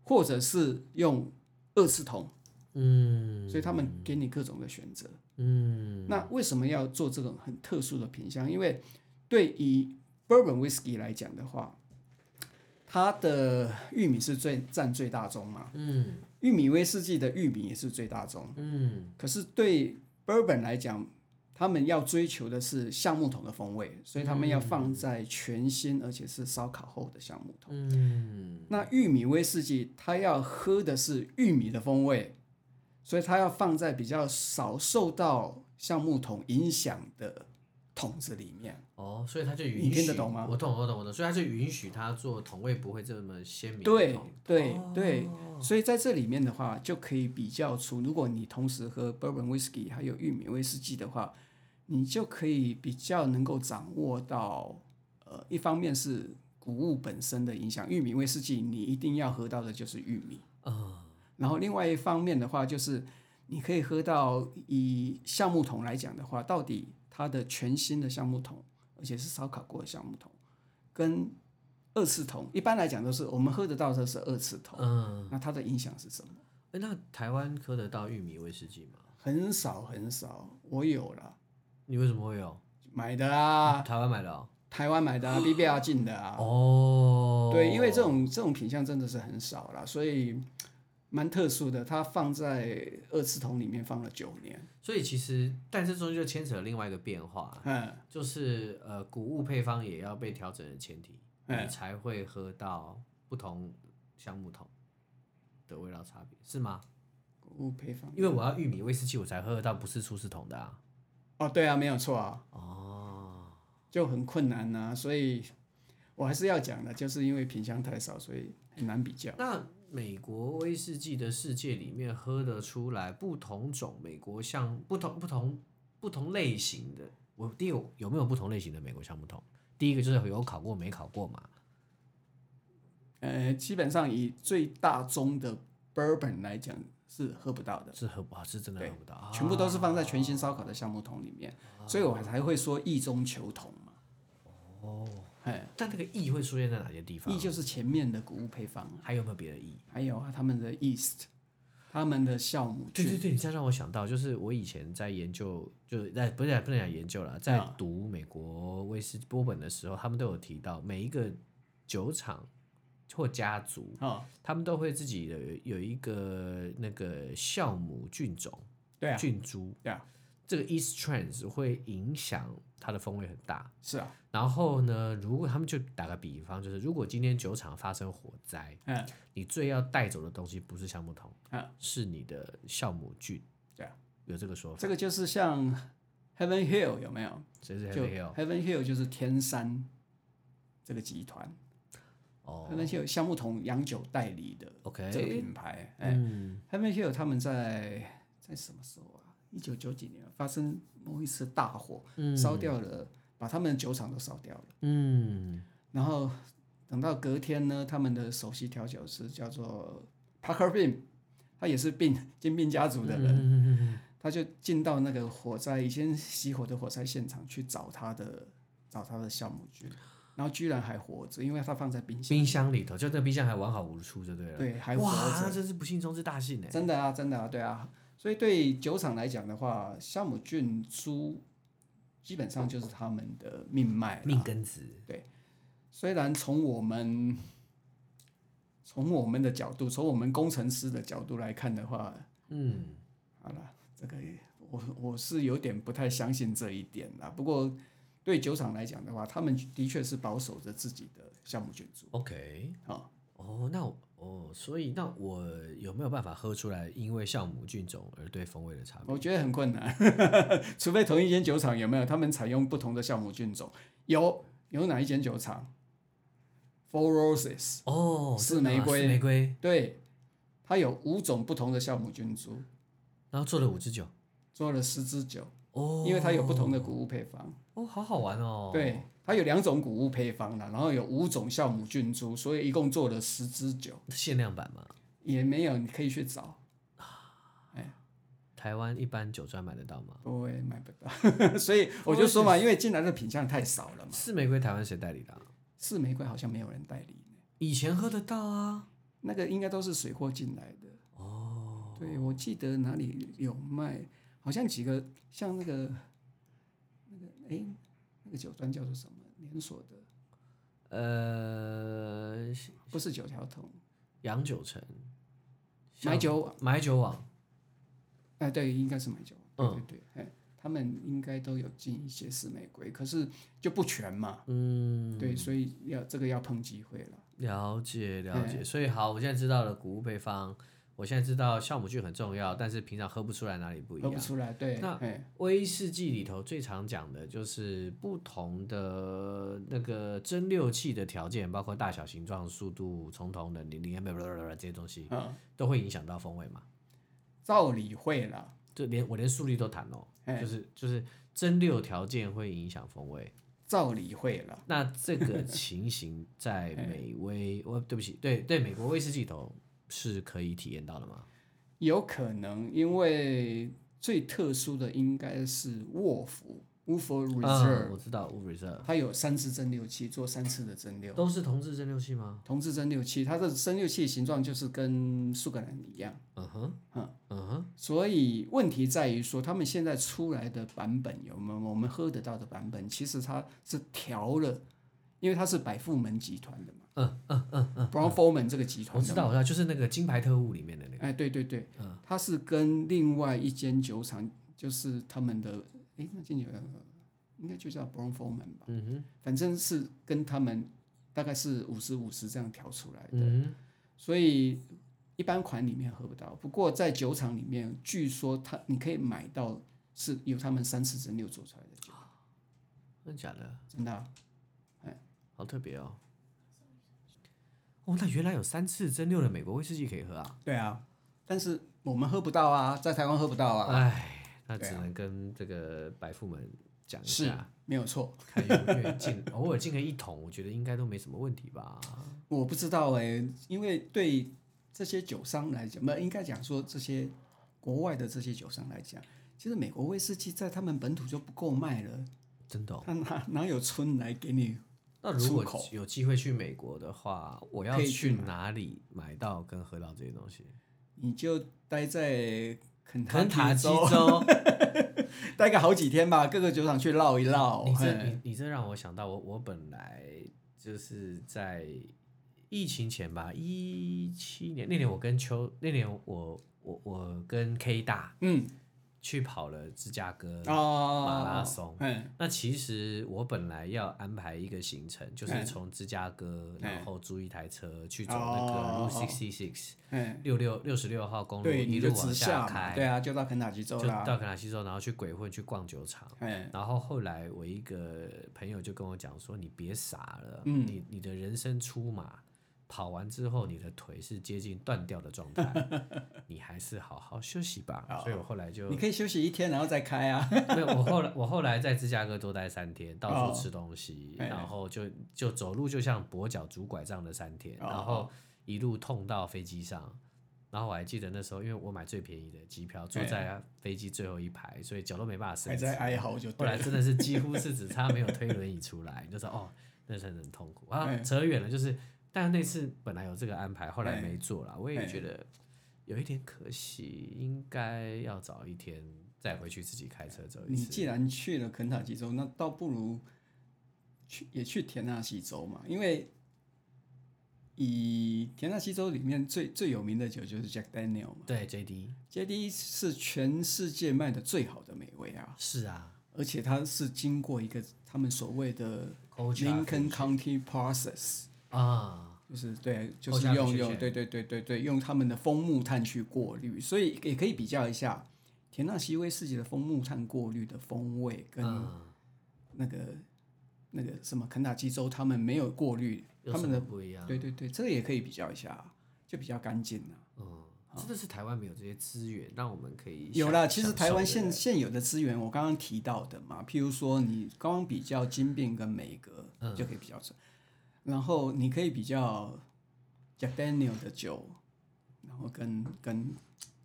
Speaker 2: 或者是用二次桶。
Speaker 1: 嗯
Speaker 2: 所以他们给你各种的选择。
Speaker 1: 嗯
Speaker 2: 那为什么要做这种很特殊的品相？因为对以 bourbon whisky 来讲的话，它的玉米是最占最大宗嘛，
Speaker 1: 嗯
Speaker 2: 玉米威士忌的玉米也是最大宗。
Speaker 1: 嗯
Speaker 2: 可是对 bourbon 来讲，他们要追求的是橡木桶的风味，所以他们要放在全新而且是烧烤后的橡木桶。
Speaker 1: 嗯，
Speaker 2: 那玉米威士忌，它要喝的是玉米的风味，所以它要放在比较少受到橡木桶影响的桶子里面。
Speaker 1: 哦，所以他就允许
Speaker 2: 你听得懂吗
Speaker 1: 我懂，我懂，我懂。所以他就允许他做同位不会这么鲜明的
Speaker 2: 对
Speaker 1: 同
Speaker 2: 对对，所以在这里面的话，就可以比较出，如果你同时喝 bourbon whisky 还有玉米威士忌的话，你就可以比较能够掌握到，呃，一方面是谷物本身的影响，玉米威士忌你一定要喝到的就是玉米。
Speaker 1: 嗯
Speaker 2: 然后另外一方面的话，就是你可以喝到以橡木桶来讲的话，到底它的全新的橡木桶，而且是烧烤过的橡木桶，跟二次桶，一般来讲都是我们喝得到的是二次桶，
Speaker 1: 嗯，
Speaker 2: 那它的影响是什么？
Speaker 1: 哎，那台湾喝得到玉米威士忌吗？
Speaker 2: 很少很少，我有了
Speaker 1: 你为什么会有？
Speaker 2: 买的啊，
Speaker 1: 台湾买的哦。
Speaker 2: 台湾买的、啊、，BBR 进的啊，
Speaker 1: 哦
Speaker 2: 对，因为这种这种品相真的是很少啦，所以蛮特殊的，它放在二次桶里面放了九年，
Speaker 1: 所以其实，但这中间就牵扯另外一个变化，
Speaker 2: 嗯
Speaker 1: 就是呃，谷物配方也要被调整的前提，你
Speaker 2: 嗯。
Speaker 1: 才会喝到不同橡木桶的味道差别，是吗？
Speaker 2: 谷物配方
Speaker 1: 因为我要玉米威士忌，我才喝得到不是出事桶的啊。
Speaker 2: 哦，对啊，没有错啊，
Speaker 1: 哦，
Speaker 2: 就很困难呐、所以我还是要讲的，就是因为品相太少，所以很难比较。
Speaker 1: 那美国威士忌的世界里面喝得出来不同种美国橡不同不同不同类型的，我第一有有没有不同类型的美国橡木桶？第一个就是有考过没考过嘛，
Speaker 2: 呃，基本上以最大宗的 bourbon 来讲是喝不到的，
Speaker 1: 是喝不啊，是真的喝
Speaker 2: 对
Speaker 1: 不到，
Speaker 2: 全部都是放在全新烧烤的橡木桶里面，
Speaker 1: 啊
Speaker 2: 所以我才会说意中求同嘛。哦，哎
Speaker 1: 啊。，但这个意会出现在哪些地方？
Speaker 2: 意就是前面的谷物配方，啊
Speaker 1: 还有没有别的意？
Speaker 2: 还有啊他们的 yeast，他们的酵母
Speaker 1: 对
Speaker 2: 菌，
Speaker 1: 对对，你这样让我想到，就是我以前在研究，就是在不是不能讲研究了，在读美国威士波本的时候，他们都有提到每一个酒厂或家族，
Speaker 2: 哦，
Speaker 1: 他们都会自己有有一个那个酵母菌种、
Speaker 2: 对啊，
Speaker 1: 菌株，
Speaker 2: 对啊，
Speaker 1: 这个 East Trends 会影响它的风味很大。
Speaker 2: 是啊，
Speaker 1: 然后呢，如果他们就打个比方，就是如果今天酒厂发生火灾，
Speaker 2: 嗯，
Speaker 1: 你最要带走的东西不是橡木桶，
Speaker 2: 嗯，
Speaker 1: 是你的酵母菌。
Speaker 2: 对啊，
Speaker 1: 有这个说法。
Speaker 2: 这个就是像 Heaven Hill 有没有？
Speaker 1: 谁是
Speaker 2: 就
Speaker 1: Heavy Hill？
Speaker 2: Heaven Hill 就是天山这个集团
Speaker 1: 哦
Speaker 2: ，Heaven Hill 橡木桶洋酒代理的这个
Speaker 1: ，OK，
Speaker 2: 品牌，哎、
Speaker 1: 嗯，
Speaker 2: h e a v e n Hill 他们在在什么时候啊？一九九几年发生某一次大火，烧掉了，把他们的酒厂都烧掉了。
Speaker 1: 嗯，
Speaker 2: 然后等到隔天呢，他们的首席调酒师叫做 Parker Bean，他也是病金病家族的人，
Speaker 1: 嗯
Speaker 2: 他就进到那个火灾已经熄火的火灾现场去找他的找他的酵母菌，然后居然还活着，因为他放在冰箱，
Speaker 1: 冰箱里头，就这冰箱还完好无处，就对啊了。
Speaker 2: 对，还活
Speaker 1: 哇，
Speaker 2: 着
Speaker 1: 那。真是不幸中之大幸哎。
Speaker 2: 真的啊，真的啊，对啊。所以对酒厂来讲的话，酵母菌株基本上就是他们的命脉啦。
Speaker 1: 命根子，
Speaker 2: 虽然从我们从我们的角度，从我们工程师的角度来看的话，
Speaker 1: 嗯，
Speaker 2: 好了，这个也我我是有点不太相信这一点啦。不过对酒厂来讲的话，他们的确是保守着自己的酵母菌株。
Speaker 1: OK，
Speaker 2: 好
Speaker 1: 哦，那我哦，所以那我有没有办法喝出来，因为酵母菌种而对风味的差别？
Speaker 2: 我觉得很困难， 除非同一间酒厂有没有他们采用不同的酵母菌种？有，有哪一间酒厂？Four Roses，
Speaker 1: 哦，
Speaker 2: 是
Speaker 1: 真的吗
Speaker 2: 玫瑰
Speaker 1: 是玫瑰，
Speaker 2: 对，它有五种不同的酵母菌株，
Speaker 1: 然后做了五支酒，
Speaker 2: 做了十支酒，
Speaker 1: 哦，
Speaker 2: 因为它有不同的谷物配方，
Speaker 1: 哦，好好玩哦，
Speaker 2: 对，它有两种谷物配方啦，然后有五种酵母菌株，所以一共做了十支酒，
Speaker 1: 限量版嘛，
Speaker 2: 也没有，你可以去找，
Speaker 1: 啊
Speaker 2: 哎
Speaker 1: 台湾一般酒庄买得到吗？
Speaker 2: 不会买不到， 所以我就说嘛，因为进来的品相太少了嘛，
Speaker 1: 是玫瑰台湾谁代理的啊、
Speaker 2: 四玫瑰好像没有人代理。
Speaker 1: 以前喝得到啊，
Speaker 2: 那个应该都是水货进来的。
Speaker 1: 哦，
Speaker 2: 对，我记得哪里有卖，好像几个像那个那个哎，那个酒庄叫做什么连锁的，
Speaker 1: 呃，
Speaker 2: 不是九条通，
Speaker 1: 洋酒城，
Speaker 2: 买酒网，
Speaker 1: 买酒网，
Speaker 2: 哎、对，应该是买酒网，
Speaker 1: 嗯
Speaker 2: 对对对，哎，他们应该都有进一些四玫瑰，可是就不全嘛，
Speaker 1: 嗯，
Speaker 2: 对，所以要这个要碰机会了。
Speaker 1: 了解了解，所以好，我现在知道了谷物配方，我现在知道酵母菌很重要，但是平常喝不出来哪里不一
Speaker 2: 喝不
Speaker 1: 样。
Speaker 2: 出来，对，
Speaker 1: 那
Speaker 2: 哎，
Speaker 1: 威士忌里头最常讲的就是不同的那个蒸馏器的条件，包括大小、形状、速度、从同等、零零 m 这些东西，
Speaker 2: 嗯，
Speaker 1: 都会影响到风味嘛。
Speaker 2: 照理会啦，
Speaker 1: 就连我连速率都谈哦，
Speaker 2: 哎
Speaker 1: 就是就是蒸馏条件会影响风味。
Speaker 2: 照理会啦，
Speaker 1: 那这 个情形在
Speaker 2: 哎
Speaker 1: 美威，我对不起，对对，美国威士忌里头是可以体验到的吗？
Speaker 2: 有可能，因为最特殊的应该是沃夫 w o f o
Speaker 1: 嗯，
Speaker 2: Reserve，、
Speaker 1: 我知道 w Reserve
Speaker 2: 它有三次蒸馏器，做三次的蒸馏。
Speaker 1: 都是同质蒸馏器吗？
Speaker 2: 同质蒸馏器，它的蒸馏器形状就是跟苏格兰一样，
Speaker 1: 嗯哼，
Speaker 2: 嗯
Speaker 1: 嗯哼，
Speaker 2: 所以问题在于说，他们现在出来的版本有没有我们喝得到的版本？其实它是调了，因为它是百富门集团的嘛，
Speaker 1: 嗯嗯嗯嗯，
Speaker 2: b r o w n Forman 这个集团
Speaker 1: 我
Speaker 2: 的
Speaker 1: 知道，我知道，就是那个金牌特务里面的那个，
Speaker 2: 哎，对对对，他是跟另外一间酒厂，就是他们的，哎，那间酒厂应该就叫 Brown Forman 吧，
Speaker 1: 嗯哼，
Speaker 2: 反正是跟他们大概是五十五十这样调出来的，
Speaker 1: 嗯
Speaker 2: 所以一般款里面喝不到。不过在酒厂里面，据说他你可以买到是由他们三次蒸馏做出来的酒，
Speaker 1: 哼，真的假的？
Speaker 2: 真的啊、
Speaker 1: 好特别哦。哦，那原来有三次蒸馏的美国威士忌可以喝啊！
Speaker 2: 对啊，但是我们喝不到啊，在台湾喝不到啊，
Speaker 1: 哎，那
Speaker 2: 对
Speaker 1: 只
Speaker 2: 啊
Speaker 1: 能跟这个白富们讲一
Speaker 2: 是啊
Speaker 1: 下，
Speaker 2: 没有错。
Speaker 1: 看有没有进，偶尔进个一桶，我觉得应该都没什么问题吧。
Speaker 2: 我不知道哎、因为对这些酒商来讲，不应该讲说这些国外的这些酒商来讲，其实美国威士忌在他们本土就不够卖了，
Speaker 1: 真的哦、
Speaker 2: 他哪哪有春来给你？
Speaker 1: 那如果
Speaker 2: 出口
Speaker 1: 有机会去美国的话，我要
Speaker 2: 可以
Speaker 1: 去
Speaker 2: 去
Speaker 1: 哪里买到跟喝到这些东西？
Speaker 2: 你就待在肯
Speaker 1: 肯塔基
Speaker 2: 州
Speaker 1: 州，
Speaker 2: 待个好几天吧，各个酒厂去绕一绕。
Speaker 1: 你这
Speaker 2: 嘿
Speaker 1: 你你这让我想到我，我本来就是在疫情前吧，一七年那年我跟秋那年我我我跟 K 大
Speaker 2: 嗯，
Speaker 1: 去跑了芝加哥
Speaker 2: 哦，
Speaker 1: 马拉松。
Speaker 2: 嗯，
Speaker 1: 那其实我本来要安排一个行程，就是
Speaker 2: 嗯
Speaker 1: 从芝加哥，
Speaker 2: 嗯
Speaker 1: 然后租一台车去走那个
Speaker 2: 哦
Speaker 1: Route Sixty Six
Speaker 2: 嗯
Speaker 1: 六六六十六号公路，
Speaker 2: 对，
Speaker 1: 一
Speaker 2: 你就
Speaker 1: 路往
Speaker 2: 直下嘛，
Speaker 1: 开，
Speaker 2: 对啊，就到肯塔基州
Speaker 1: 就
Speaker 2: 啦，
Speaker 1: 到肯塔基州，然后去鬼混，去逛酒厂。
Speaker 2: 哎，
Speaker 1: 然后后来我一个朋友就跟我讲说：“你别傻了，
Speaker 2: 嗯
Speaker 1: 你你的人生出马，跑完之后你的腿是接近断掉的状 态，你还是好好休息吧。
Speaker 2: 好
Speaker 1: 所以我后来就
Speaker 2: 你可以休息一天，然后再开啊。
Speaker 1: 没有，我后来我后来在芝加哥多待三天，到
Speaker 2: 哦
Speaker 1: 处吃东西，
Speaker 2: 哎
Speaker 1: 然后就就走路就像跛脚拄拐杖的三天，
Speaker 2: 哦
Speaker 1: 然后一路痛到飞机上。然后我还记得那时候，因为我买最便宜的机票，坐
Speaker 2: 哎
Speaker 1: 在飞机最后一排，所以脚都没办法伸
Speaker 2: 还
Speaker 1: 直。
Speaker 2: 在哀嚎就
Speaker 1: 后
Speaker 2: 对
Speaker 1: 来
Speaker 2: 了。
Speaker 1: 真的是几乎是只差没有推轮椅出来，你就说哦，那真的很痛苦啊。
Speaker 2: 哎
Speaker 1: 扯远了，就是，但那次本来有这个安排，后来
Speaker 2: 哎
Speaker 1: 没做了，我也
Speaker 2: 哎
Speaker 1: 觉得有一点可惜，应该要找一天再回去自己开车走一
Speaker 2: 你既
Speaker 1: 次。
Speaker 2: 然去了肯塔基州，那倒不如去也去田纳西州嘛，因为以田纳西州里面最最有名的酒就是 Jack Daniel 嘛
Speaker 1: 对，J D
Speaker 2: ，JD 是全世界卖的最好的美味啊，
Speaker 1: 是啊
Speaker 2: 而且它是经过一个他们所谓的
Speaker 1: Culture
Speaker 2: Lincoln County Process。
Speaker 1: 啊，
Speaker 2: 就是对，就
Speaker 1: 后
Speaker 2: 是
Speaker 1: 加入
Speaker 2: 用
Speaker 1: 去
Speaker 2: 用
Speaker 1: 选
Speaker 2: 对对对对对，用他们的枫木炭去过滤，所以也可以比较一下田纳西威士忌的枫木炭过滤的风味跟
Speaker 1: 嗯，
Speaker 2: 那个、那个什么肯塔基州他们没有过滤，
Speaker 1: 有
Speaker 2: 他
Speaker 1: 什
Speaker 2: 们
Speaker 1: 么
Speaker 2: 的
Speaker 1: 不一样？
Speaker 2: 对对对，这个也可以比较一下，就比较干净啊了。
Speaker 1: 嗯，真的是台湾没有这些资源，让我们可以
Speaker 2: 有
Speaker 1: 享
Speaker 2: 啦，其实
Speaker 1: 享
Speaker 2: 台
Speaker 1: 受
Speaker 2: 湾
Speaker 1: 对不
Speaker 2: 现
Speaker 1: 对
Speaker 2: 现有的资源，我刚刚提到的嘛，譬如说你刚刚比较金并跟梅格、
Speaker 1: 嗯
Speaker 2: 就可以比较出，然后你可以比较 Jack Daniel 的酒，然后跟跟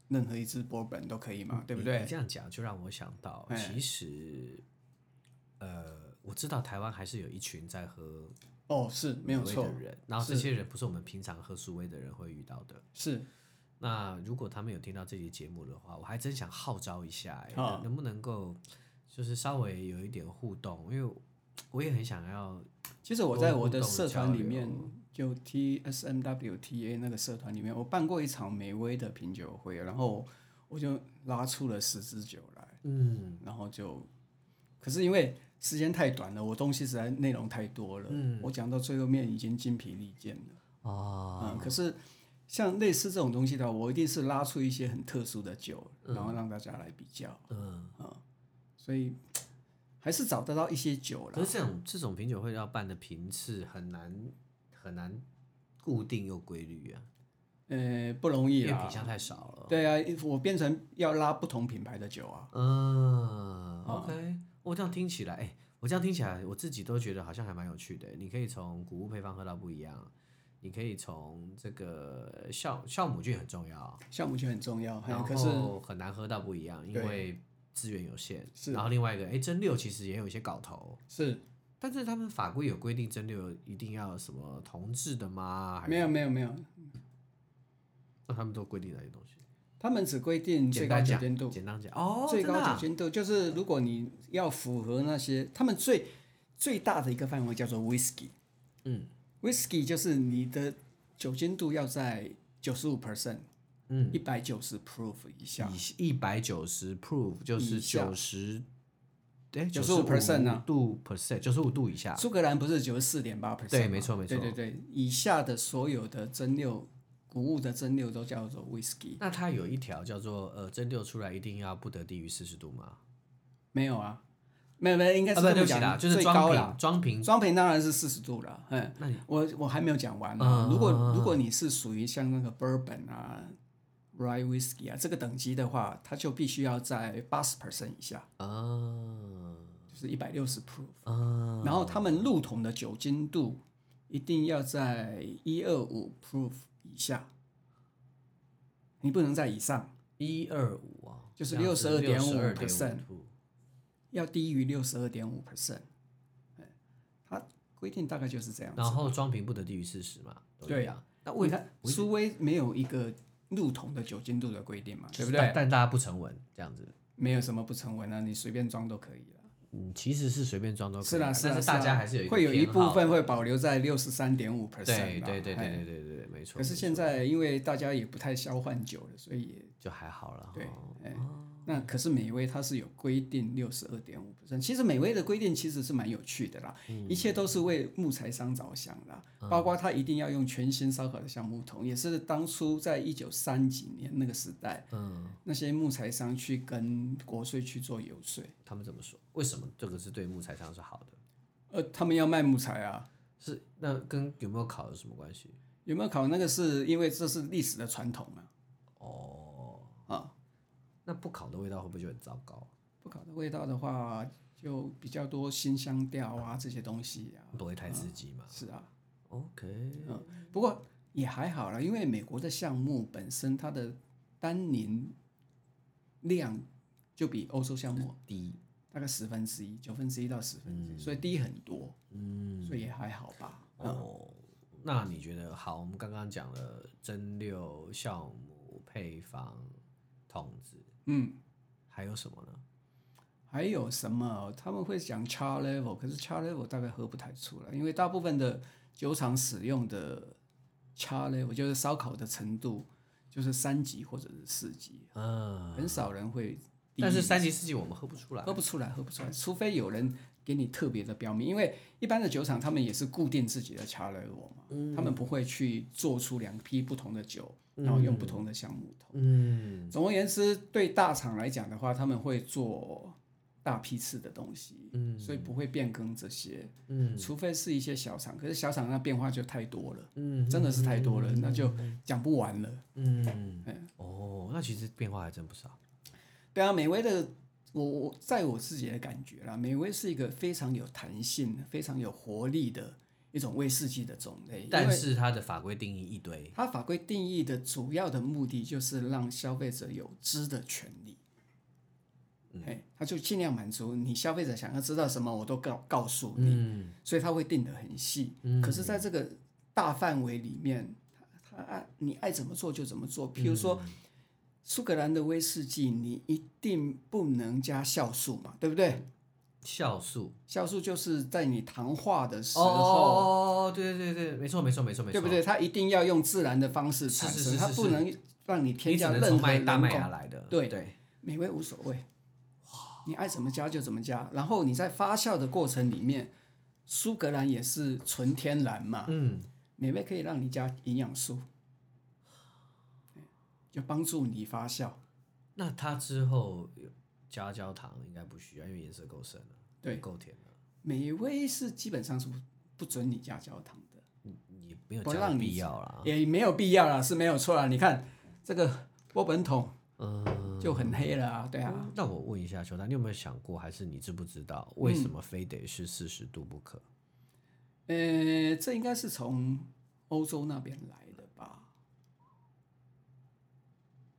Speaker 2: 任何一支波本都可以嘛，对不
Speaker 1: 你你
Speaker 2: 对？
Speaker 1: 这样讲就让我想到，
Speaker 2: 哎
Speaker 1: 其实，呃，我知道台湾还是有一群在喝
Speaker 2: 哦，是没有
Speaker 1: 苏威
Speaker 2: 错
Speaker 1: 的，人，然后这些人不是我们平常喝苏威的人会遇到的。
Speaker 2: 是
Speaker 1: 那如果他们有听到这期节目的话，我还真想号召一下、哎
Speaker 2: 啊
Speaker 1: 能不能够就是稍微有一点互动，因为我也很想要，
Speaker 2: 其实我在我
Speaker 1: 多
Speaker 2: 的
Speaker 1: 互动
Speaker 2: 社团里
Speaker 1: 交流
Speaker 2: 面，就 TSMWTA 那个社团里面，我办过一场美威的品酒会，然后我就拉出了十支酒来，
Speaker 1: 嗯
Speaker 2: 然后就，可是因为时间太短了，我东西实在内容太多了，
Speaker 1: 嗯
Speaker 2: 我讲到最后面已经精疲力尽了。
Speaker 1: 哦，
Speaker 2: 嗯，可是像类似这种东西的话，我一定是拉出一些很特殊的酒，然后让大家来比较，
Speaker 1: 嗯，
Speaker 2: 所以还是找得到一些酒啦
Speaker 1: 可。是这种这种品酒会要办的频次很难很难固定又规律啊，
Speaker 2: 呃，不容易
Speaker 1: 因为
Speaker 2: 啦
Speaker 1: 品。相太少了。
Speaker 2: 对啊，我变成要拉不同品牌的酒啊。哦
Speaker 1: 嗯，OK，我这样听起来，哎、我这样听起来，我自己都觉得好像还蛮有趣的。你可以从谷物配方喝到不一样，你可以从这个酵酵母菌很重要，
Speaker 2: 酵母就很重要，哦嘿
Speaker 1: 然
Speaker 2: 可是
Speaker 1: 后很难喝到不一样，因
Speaker 2: 对
Speaker 1: 为资源有限。
Speaker 2: 是
Speaker 1: 然后另外一个，哎、蒸馏其实也有一些搞头，
Speaker 2: 是
Speaker 1: 但是他们法规有规定蒸馏一定要什么同质的吗？还是
Speaker 2: 没有没有没有，
Speaker 1: 那他们都规定哪些东西？
Speaker 2: 他们只规定最
Speaker 1: 简
Speaker 2: 高
Speaker 1: 单
Speaker 2: 酒
Speaker 1: 讲
Speaker 2: 精度，
Speaker 1: 简单讲，哦，
Speaker 2: 最
Speaker 1: 真的
Speaker 2: 高
Speaker 1: 啊
Speaker 2: 酒精度就是如果你要符合那些他们最最大的一个范围叫做 whisky，
Speaker 1: 嗯
Speaker 2: ，whisky 就是你的酒精度要在九十五 percent，
Speaker 1: 嗯，
Speaker 2: 一百九十 proof 以下，
Speaker 1: 以一百九十 proof 就是
Speaker 2: 以下
Speaker 1: 九十，哎，
Speaker 2: 95%啊
Speaker 1: 度 percent，九十五度以下。
Speaker 2: 苏格兰不是九十四点八 percent，
Speaker 1: 对没错没错
Speaker 2: 对对对，以下的所有的蒸馏谷物的蒸馏都叫做 whisky，
Speaker 1: 那它有一条叫做呃，蒸馏出来一定要不得低于四十度吗？
Speaker 2: 没有啊，没有没有，应该
Speaker 1: 啊，
Speaker 2: 是
Speaker 1: 不，
Speaker 2: 这
Speaker 1: 对
Speaker 2: 么
Speaker 1: 不起
Speaker 2: 讲，
Speaker 1: 啦，就是
Speaker 2: 最
Speaker 1: 装
Speaker 2: 高
Speaker 1: 瓶，
Speaker 2: 啦。
Speaker 1: 装瓶，
Speaker 2: 装瓶当然是四十度了，嗯，
Speaker 1: 那你
Speaker 2: 我我还没有讲完啊。如果
Speaker 1: 啊
Speaker 2: 如果你是属于像那个 bourbon 啊、rye whiskey 啊这个等级的话，它就必须要在八十 percent 以下，
Speaker 1: 啊
Speaker 2: 就是一百六十 proof。
Speaker 1: 啊，
Speaker 2: 然后他们入桶的酒精度一定要在一二五 proof 以下，你不能在以上，
Speaker 1: 一二五啊，
Speaker 2: 就是
Speaker 1: 这样子
Speaker 2: 62.5%
Speaker 1: 62.5度
Speaker 2: 要低于六十二点五 percent。嗯它规定大概就是这样子
Speaker 1: 然。后装瓶不得低于四十嘛，都一
Speaker 2: 对
Speaker 1: 样。啊那
Speaker 2: 你
Speaker 1: 为
Speaker 2: 看，苏威没有一个入桶的酒精度的规定嘛，对不
Speaker 1: 但
Speaker 2: 对？
Speaker 1: 但大家不成文这样子，
Speaker 2: 没有什么不成文啊，你随便装都可以了。
Speaker 1: 嗯，其实是随便装都可以啊
Speaker 2: 是啦，是啦，
Speaker 1: 但是
Speaker 2: 啦
Speaker 1: 大家还是有一个
Speaker 2: 会有一
Speaker 1: 偏
Speaker 2: 部
Speaker 1: 好
Speaker 2: 分会保留在六十三点五 percent。
Speaker 1: 对对对对
Speaker 2: 哎
Speaker 1: 对对对对，没错。
Speaker 2: 可是
Speaker 1: 没
Speaker 2: 现
Speaker 1: 错
Speaker 2: 在因为大家也不太消换酒了，所以也
Speaker 1: 就还好了。
Speaker 2: 对
Speaker 1: 哈，
Speaker 2: 哎，那可是美威它是有规定六十二点五其实美威的规定其实是蛮有趣的啦，一切都是为木材商着想啦，包括它一定要用全新烧烤的橡木桶，也是当初在一九三几年那个时代，嗯，那些木材商去跟国税去做游说，
Speaker 1: 他们怎么说？为什么这个是对木材商是好的？
Speaker 2: 呃，他们要卖木材啊，
Speaker 1: 是那跟有没有考有什么关系？
Speaker 2: 有没有考那个是因为这是历史的传统啊，
Speaker 1: 哦，
Speaker 2: 啊，
Speaker 1: 那不烤的味道会不会就很糟糕？
Speaker 2: 不烤的味道的话就比较多新香调啊这些东西啊，
Speaker 1: 不会太刺激嘛、
Speaker 2: 是啊，
Speaker 1: o k
Speaker 2: 不过也还好啦，因为美国的项目本身它的单宁量就比欧洲项目
Speaker 1: 低，
Speaker 2: 大概十分之一、九分之一到十分之一，所以低很多，嗯，所以也还好吧。
Speaker 1: 哦，那你觉得好？我们刚刚讲了蒸馏、酵母、配方、桶子，
Speaker 2: 嗯，
Speaker 1: 还有什么呢？
Speaker 2: 还有什么？他们会讲 char level，可是 char level 大概喝不太出来，因为大部分的酒厂使用的 char level 就是烧烤的程度，就是三级或者是四级，
Speaker 1: 嗯，
Speaker 2: 很少人会低于。
Speaker 1: 但是三级四级我们喝不出来
Speaker 2: 喝不出来，喝不出来，
Speaker 1: 哎
Speaker 2: 除非有人给你特别的标明，因为一般的酒厂他们也是固定自己的 c h a r l e 嘛，
Speaker 1: 嗯
Speaker 2: 他们不会去做出两批不同的酒，然后用不同的橡木桶。
Speaker 1: 嗯，
Speaker 2: 总而言之，对大厂来讲的话，他们会做大批次的东西，嗯，所以不会变更这些，嗯，除非是一些小厂，可是小厂那变化就太多了，
Speaker 1: 嗯，
Speaker 2: 真的是太多了，那就讲不完了。哎
Speaker 1: 嗯，哦，那其实变化还真不少。
Speaker 2: 对啊，美威的我我在我自己的感觉啦，美威是一个非常有弹性、非常有活力的一种威士忌的种类，因
Speaker 1: 但
Speaker 2: 为
Speaker 1: 是它的法规定义一堆，
Speaker 2: 它法规定义的主要的目的就是让消费者有知的权利。
Speaker 1: 嗯
Speaker 2: 哎，他就尽量满足你消费者想要知道什么，我都告告诉你，
Speaker 1: 嗯
Speaker 2: 所以他会定得很细。可是，在这个大范围里面，他他爱你爱怎么做就怎么做。譬如说，
Speaker 1: 嗯
Speaker 2: 苏格兰的威士忌，你一定不能加酵素嘛，对不对？
Speaker 1: 酵素。
Speaker 2: 酵素就是在你糖化的时
Speaker 1: 哦
Speaker 2: 候，
Speaker 1: 哦哦，对对对，没错没错没错没错，
Speaker 2: 对不对？它一定要用自然的方式
Speaker 1: 是
Speaker 2: 产
Speaker 1: 是
Speaker 2: 生，
Speaker 1: 是
Speaker 2: 它
Speaker 1: 是
Speaker 2: 不
Speaker 1: 是
Speaker 2: 能让你添
Speaker 1: 你只
Speaker 2: 加
Speaker 1: 能
Speaker 2: 任
Speaker 1: 从
Speaker 2: 何
Speaker 1: 麦
Speaker 2: 人
Speaker 1: 大
Speaker 2: 工
Speaker 1: 麦芽来的，
Speaker 2: 对
Speaker 1: 对，
Speaker 2: 美味无所谓，你爱怎么加就怎么加。然后你在发酵的过程里面，苏格兰也是纯天然嘛，
Speaker 1: 嗯，
Speaker 2: 美味可以让你加营养素，哎就帮助你发酵。
Speaker 1: 那它之后加焦糖应该不需要，因为颜色够深了，
Speaker 2: 对
Speaker 1: 够甜了，
Speaker 2: 美味是基本上是不不准你加焦糖的，
Speaker 1: 你没有
Speaker 2: 不
Speaker 1: 加的
Speaker 2: 让你
Speaker 1: 必要啦。
Speaker 2: 也没有必要啦，是没有错啦。你看这个波本桶
Speaker 1: 嗯，
Speaker 2: 就很黑了啊，对啊，
Speaker 1: 那我问一下邱丹，你有没有想过，还是你知不知道为什么非得是四十度不可？
Speaker 2: 呃，这应该是从欧洲那边来的吧？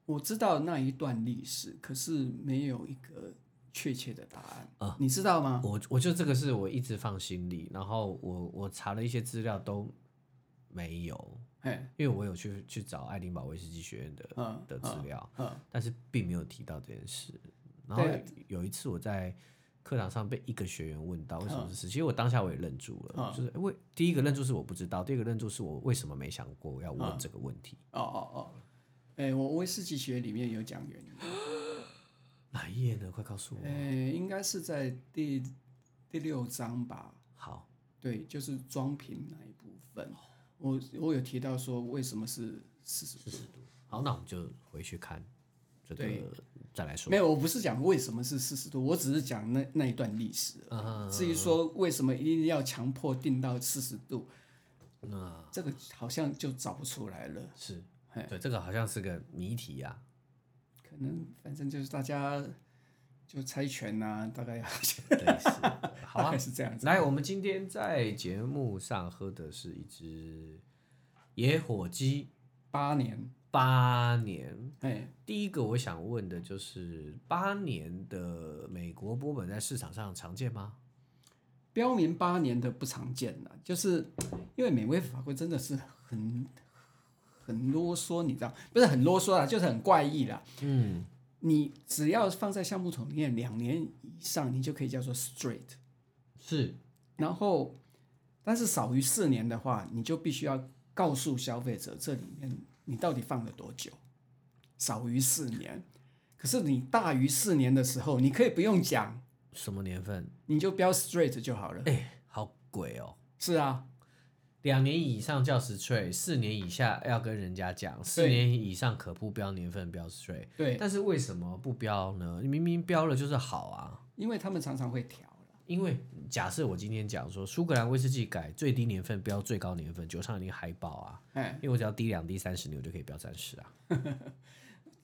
Speaker 2: 我知道那一段历史，可是没有一个确切的答案啊，你知道吗？
Speaker 1: 我我就这个是我一直放心里，然后我我查了一些资料都没有，
Speaker 2: 哎，
Speaker 1: 因为我有去去找爱丁堡威士忌学院的、
Speaker 2: 嗯
Speaker 1: 的资料，
Speaker 2: 嗯
Speaker 1: 但是并没有提到这件事。然后
Speaker 2: 对
Speaker 1: 有一次我在课堂上被一个学员问到为什么是四十，其实我当下我也愣住了，
Speaker 2: 嗯
Speaker 1: 就是诶为第一个愣住是我不知道，第二个愣住是我为什么没想过要问这个问题。
Speaker 2: 哦哦哦，哎，我威士忌学里面有讲原因，
Speaker 1: 哪一页呢？快告诉我。
Speaker 2: 哎，应该是在第第六章吧？
Speaker 1: 好，
Speaker 2: 对，就是装瓶那一部分。我我有提到说为什么是四十
Speaker 1: 四十度。好，那我们就回去看这个
Speaker 2: 对
Speaker 1: 再来说。
Speaker 2: 没有，我不是讲为什么是四十度，我只是讲那那一段历史而已。
Speaker 1: 嗯
Speaker 2: 至于说为什么一定要强迫定到四十度，
Speaker 1: 那
Speaker 2: 这个好像就找不出来了。
Speaker 1: 是
Speaker 2: 嘿
Speaker 1: 对这个好像是个谜题啊呀、
Speaker 2: 可能反正就是大家就猜拳呐、大概要
Speaker 1: 对，是好
Speaker 2: 大
Speaker 1: 啊
Speaker 2: 概。是这样子。
Speaker 1: 来，我们今天在节目上喝的是一支野火鸡
Speaker 2: 八年，
Speaker 1: 八年。
Speaker 2: 哎，
Speaker 1: 第一个我想问的就是，八年的美国波本在市场上常见吗？
Speaker 2: 标明八年的不常见了，就是因为美威法规真的是很很啰嗦，你知道，不是很啰嗦啦，啊就是很怪异啦。
Speaker 1: 嗯，
Speaker 2: 你只要放在橡木桶里面两年以上，你就可以叫做 straight。
Speaker 1: 是
Speaker 2: 然后，但是少于四年的话，你就必须要告诉消费者这里面你到底放了多久，少于四年。可是你大于四年的时候，你可以不用讲，
Speaker 1: 什么年份？
Speaker 2: 你就标 straight 就好了。
Speaker 1: 好鬼哦！
Speaker 2: 是啊，
Speaker 1: 两年以上叫实税，四年以下要跟人家讲，四年以上可不标年份标税。
Speaker 2: 对，
Speaker 1: 但是为什么不标呢？你明明标了就是好啊！
Speaker 2: 因为他们常常会调了。
Speaker 1: 因为假设我今天讲说苏格兰威士忌改最低年份标最高年份，酒商一定嗨爆啊！
Speaker 2: 哎，
Speaker 1: 因为我只要低两低三十年，我就可以标三十啊。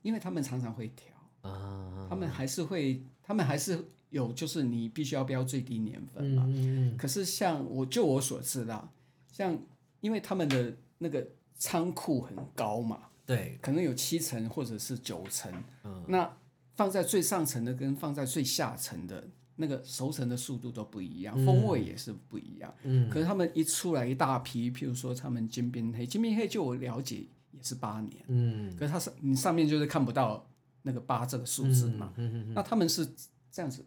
Speaker 2: 因为他们常常会调，
Speaker 1: 啊，
Speaker 2: 他们还是会，他们还是有，就是你必须要标最低年份嘛。
Speaker 1: 嗯嗯
Speaker 2: 可是像我就我所知啦，像因为他们的那个仓库很高嘛，
Speaker 1: 嗯，对，
Speaker 2: 可能有七层或者是九层，
Speaker 1: 嗯
Speaker 2: 那放在最上层的跟放在最下层的那个熟成的速度都不一样，风味也是不一样。
Speaker 1: 嗯，
Speaker 2: 可是他们一出来一大批，譬如说他们金边黑，金边黑就我了解也是八年，
Speaker 1: 嗯，
Speaker 2: 可是它是你上面就是看不到那个八这个数字嘛，
Speaker 1: 嗯嗯嗯
Speaker 2: 那他们是这样子，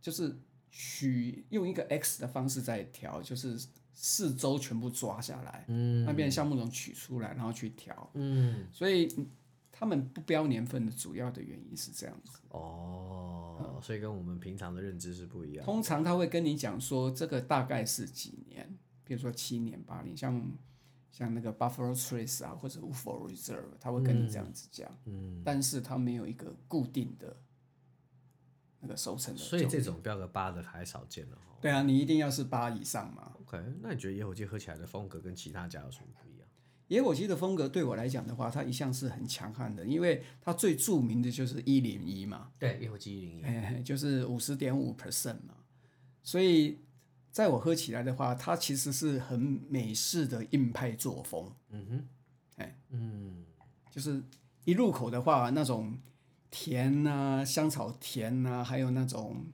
Speaker 2: 就是取用一个 X 的方式在调，就是四周全部抓下来，
Speaker 1: 嗯
Speaker 2: 那边的橡木桶取出来，然后去调，
Speaker 1: 嗯，
Speaker 2: 所以嗯他们不标年份的主要的原因是这样子。
Speaker 1: 哦，所以跟我们平常的认知是不一样。
Speaker 2: 通常他会跟你讲说这个大概是几年，比如说七年、八年，像像那个 Buffalo Trace 啊或者 Ufo Reserve，他会跟你这样子讲，
Speaker 1: 嗯，
Speaker 2: 但是他没有一个固定的那个收成的。
Speaker 1: 所以这种标个八的还少见了哦。
Speaker 2: 对啊，你一定要是八以上嘛。
Speaker 1: OK，那你觉得野火鸡喝起来的风格跟其他家有什么不一样？
Speaker 2: 野火鸡的风格对我来讲的话，它一向是很强悍的，因为它最著名的就是一零一嘛，
Speaker 1: 对，野火鸡一零一，
Speaker 2: 哎，就是五十点五 percent 嘛，所以在我喝起来的话，它其实是很美式的硬派作风，
Speaker 1: 嗯哼，
Speaker 2: 哎，
Speaker 1: 嗯
Speaker 2: 就是一入口的话，那种甜啊，香草甜啊，还有那种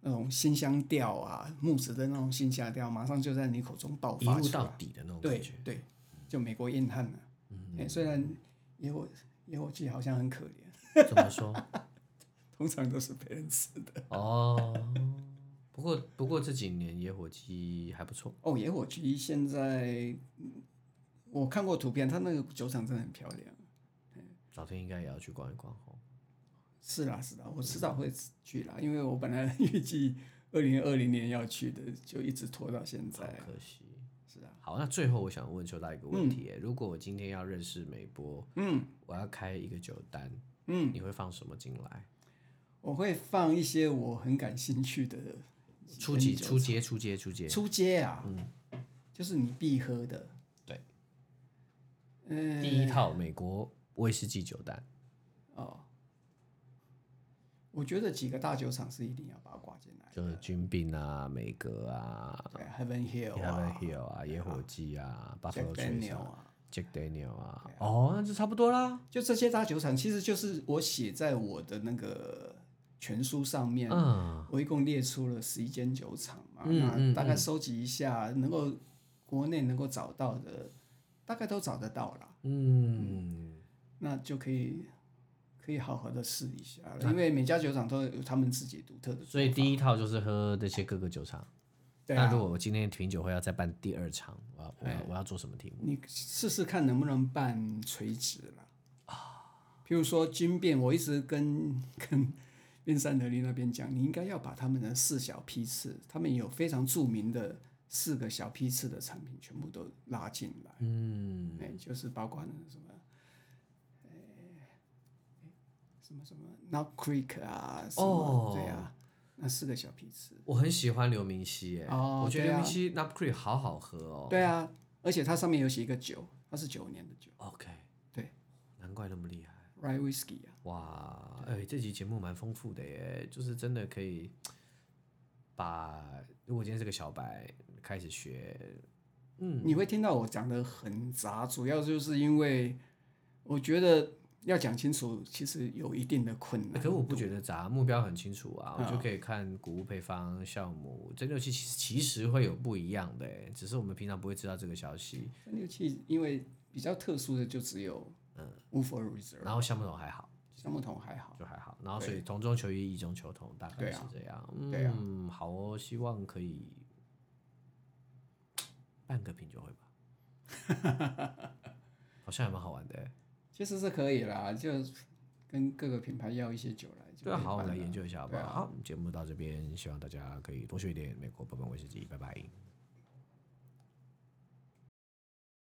Speaker 2: 那种辛香调啊，木质的那种辛香调，啊马上就在你口中爆
Speaker 1: 一
Speaker 2: 发
Speaker 1: 路
Speaker 2: 出来
Speaker 1: 到。底的那种感
Speaker 2: 对
Speaker 1: 觉。
Speaker 2: 对，就美国硬汉了。哎、虽然野火野火鸡好像很可怜，
Speaker 1: 怎么说？
Speaker 2: 通常都是别人吃的。
Speaker 1: 哦，不过不过这几年野火鸡还不错。
Speaker 2: 哦，野火鸡现在嗯我看过图片，它那个酒厂真的很漂亮。
Speaker 1: 老天应该也要去逛一逛哦。
Speaker 2: 是啦是啦，我迟早会去啦，因为我本来 预计二零二零年要去的，就一直拖到现
Speaker 1: 好
Speaker 2: 在。
Speaker 1: 可惜。
Speaker 2: 嗯是啊，
Speaker 1: 好，那最后我想问邱大一个问题、如果我今天要认识美波，
Speaker 2: 嗯
Speaker 1: 我要开一个酒单，
Speaker 2: 嗯，
Speaker 1: 你会放什么进来？
Speaker 2: 我会放一些我很感兴趣的
Speaker 1: 初级、
Speaker 2: 酒
Speaker 1: 初阶、初阶、初阶。
Speaker 2: 出街啊，
Speaker 1: 嗯
Speaker 2: 就是你必喝的。
Speaker 1: 对，
Speaker 2: 嗯、
Speaker 1: 第一套美国威士忌酒单，
Speaker 2: 哦，我觉得几个大酒厂是一定要把它挂进来
Speaker 1: 就是军病啊、美格啊、
Speaker 2: 对，Heaven Hill 啊
Speaker 1: Heaven Hill 啊、野火鸡啊、
Speaker 2: ，Jack
Speaker 1: Buffalo Trace
Speaker 2: Daniel
Speaker 1: 啊、
Speaker 2: 啊，
Speaker 1: Jack Daniel 啊，哦，那就差不多啦。
Speaker 2: 就这些大酒厂，其实就是我写在我的那个全书上面，
Speaker 1: 嗯，
Speaker 2: 我一共列出了十一间酒厂嘛，
Speaker 1: 嗯嗯
Speaker 2: 那大概收集一下，能够国内能够找到的，大概都找得到啦，
Speaker 1: 嗯，
Speaker 2: 那就可以。可以好好的试一下了，因为每家酒厂都有他们自己独特的做法，
Speaker 1: 啊所以第一套就是喝这些各个酒厂。
Speaker 2: 对
Speaker 1: 那
Speaker 2: 啊
Speaker 1: 如，果我今天品酒会要再办第二场，我要我要我要做什么题目？
Speaker 2: 你试试看能不能办垂直啦。啊，譬如说金变，我一直跟 跟变三得利那边讲，你应该要把他们的四小批次，他们有非常著名的四个小批次的产品，全部都拉进来。
Speaker 1: 嗯，
Speaker 2: 哎、就是包括那个什么，哎、什么什么 Knock Creek 啊，什么、
Speaker 1: 哦
Speaker 2: 对啊，那四个小批次，
Speaker 1: 我很喜欢刘明熙耶，
Speaker 2: 哦
Speaker 1: 我觉得
Speaker 2: 对
Speaker 1: 刘
Speaker 2: 啊
Speaker 1: 明熙 Nap Creek 好好喝哦。
Speaker 2: 对啊，而且它上面有写一个酒，它是九年的酒
Speaker 1: OK，
Speaker 2: 对，
Speaker 1: 难怪那么厉害。
Speaker 2: ，Rye Whisky 啊。
Speaker 1: 哇，哎、这期节目蛮丰富的耶，就是真的可以把，如果今天是个小白，开始学，嗯，
Speaker 2: 你会听到我讲的很杂，主要就是因为我觉得要讲清楚，其实有一定的困
Speaker 1: 哎可
Speaker 2: 难
Speaker 1: 是。我不觉得杂，目标很清楚啊，我就
Speaker 2: 啊
Speaker 1: 可以看谷物配方、酵母、蒸馏器，其实其实会有不一样的耶，只是我们平常不会知道这个消息。
Speaker 2: 三六七因为比较特殊的就只有嗯 w o f o Reserve，
Speaker 1: 然后橡木桶还好，
Speaker 2: 橡木桶 还好。
Speaker 1: 就还好。然后所
Speaker 2: 对
Speaker 1: 以同中求异，异中求同，大概
Speaker 2: 对
Speaker 1: 是
Speaker 2: 啊
Speaker 1: 这样。
Speaker 2: 对啊
Speaker 1: 嗯，好哦，希望可以办个品酒会吧，好像还蛮好玩的耶。欸
Speaker 2: 其实是可以啦，就跟各个品牌要一些酒来，就
Speaker 1: 对啊，
Speaker 2: 可以
Speaker 1: 好，我
Speaker 2: 办
Speaker 1: 们来
Speaker 2: 了
Speaker 1: 研究一下好不
Speaker 2: 对
Speaker 1: 好？
Speaker 2: 啊
Speaker 1: 好，节目到这边，希望大家可以多学一点美国本本威士忌，拜拜。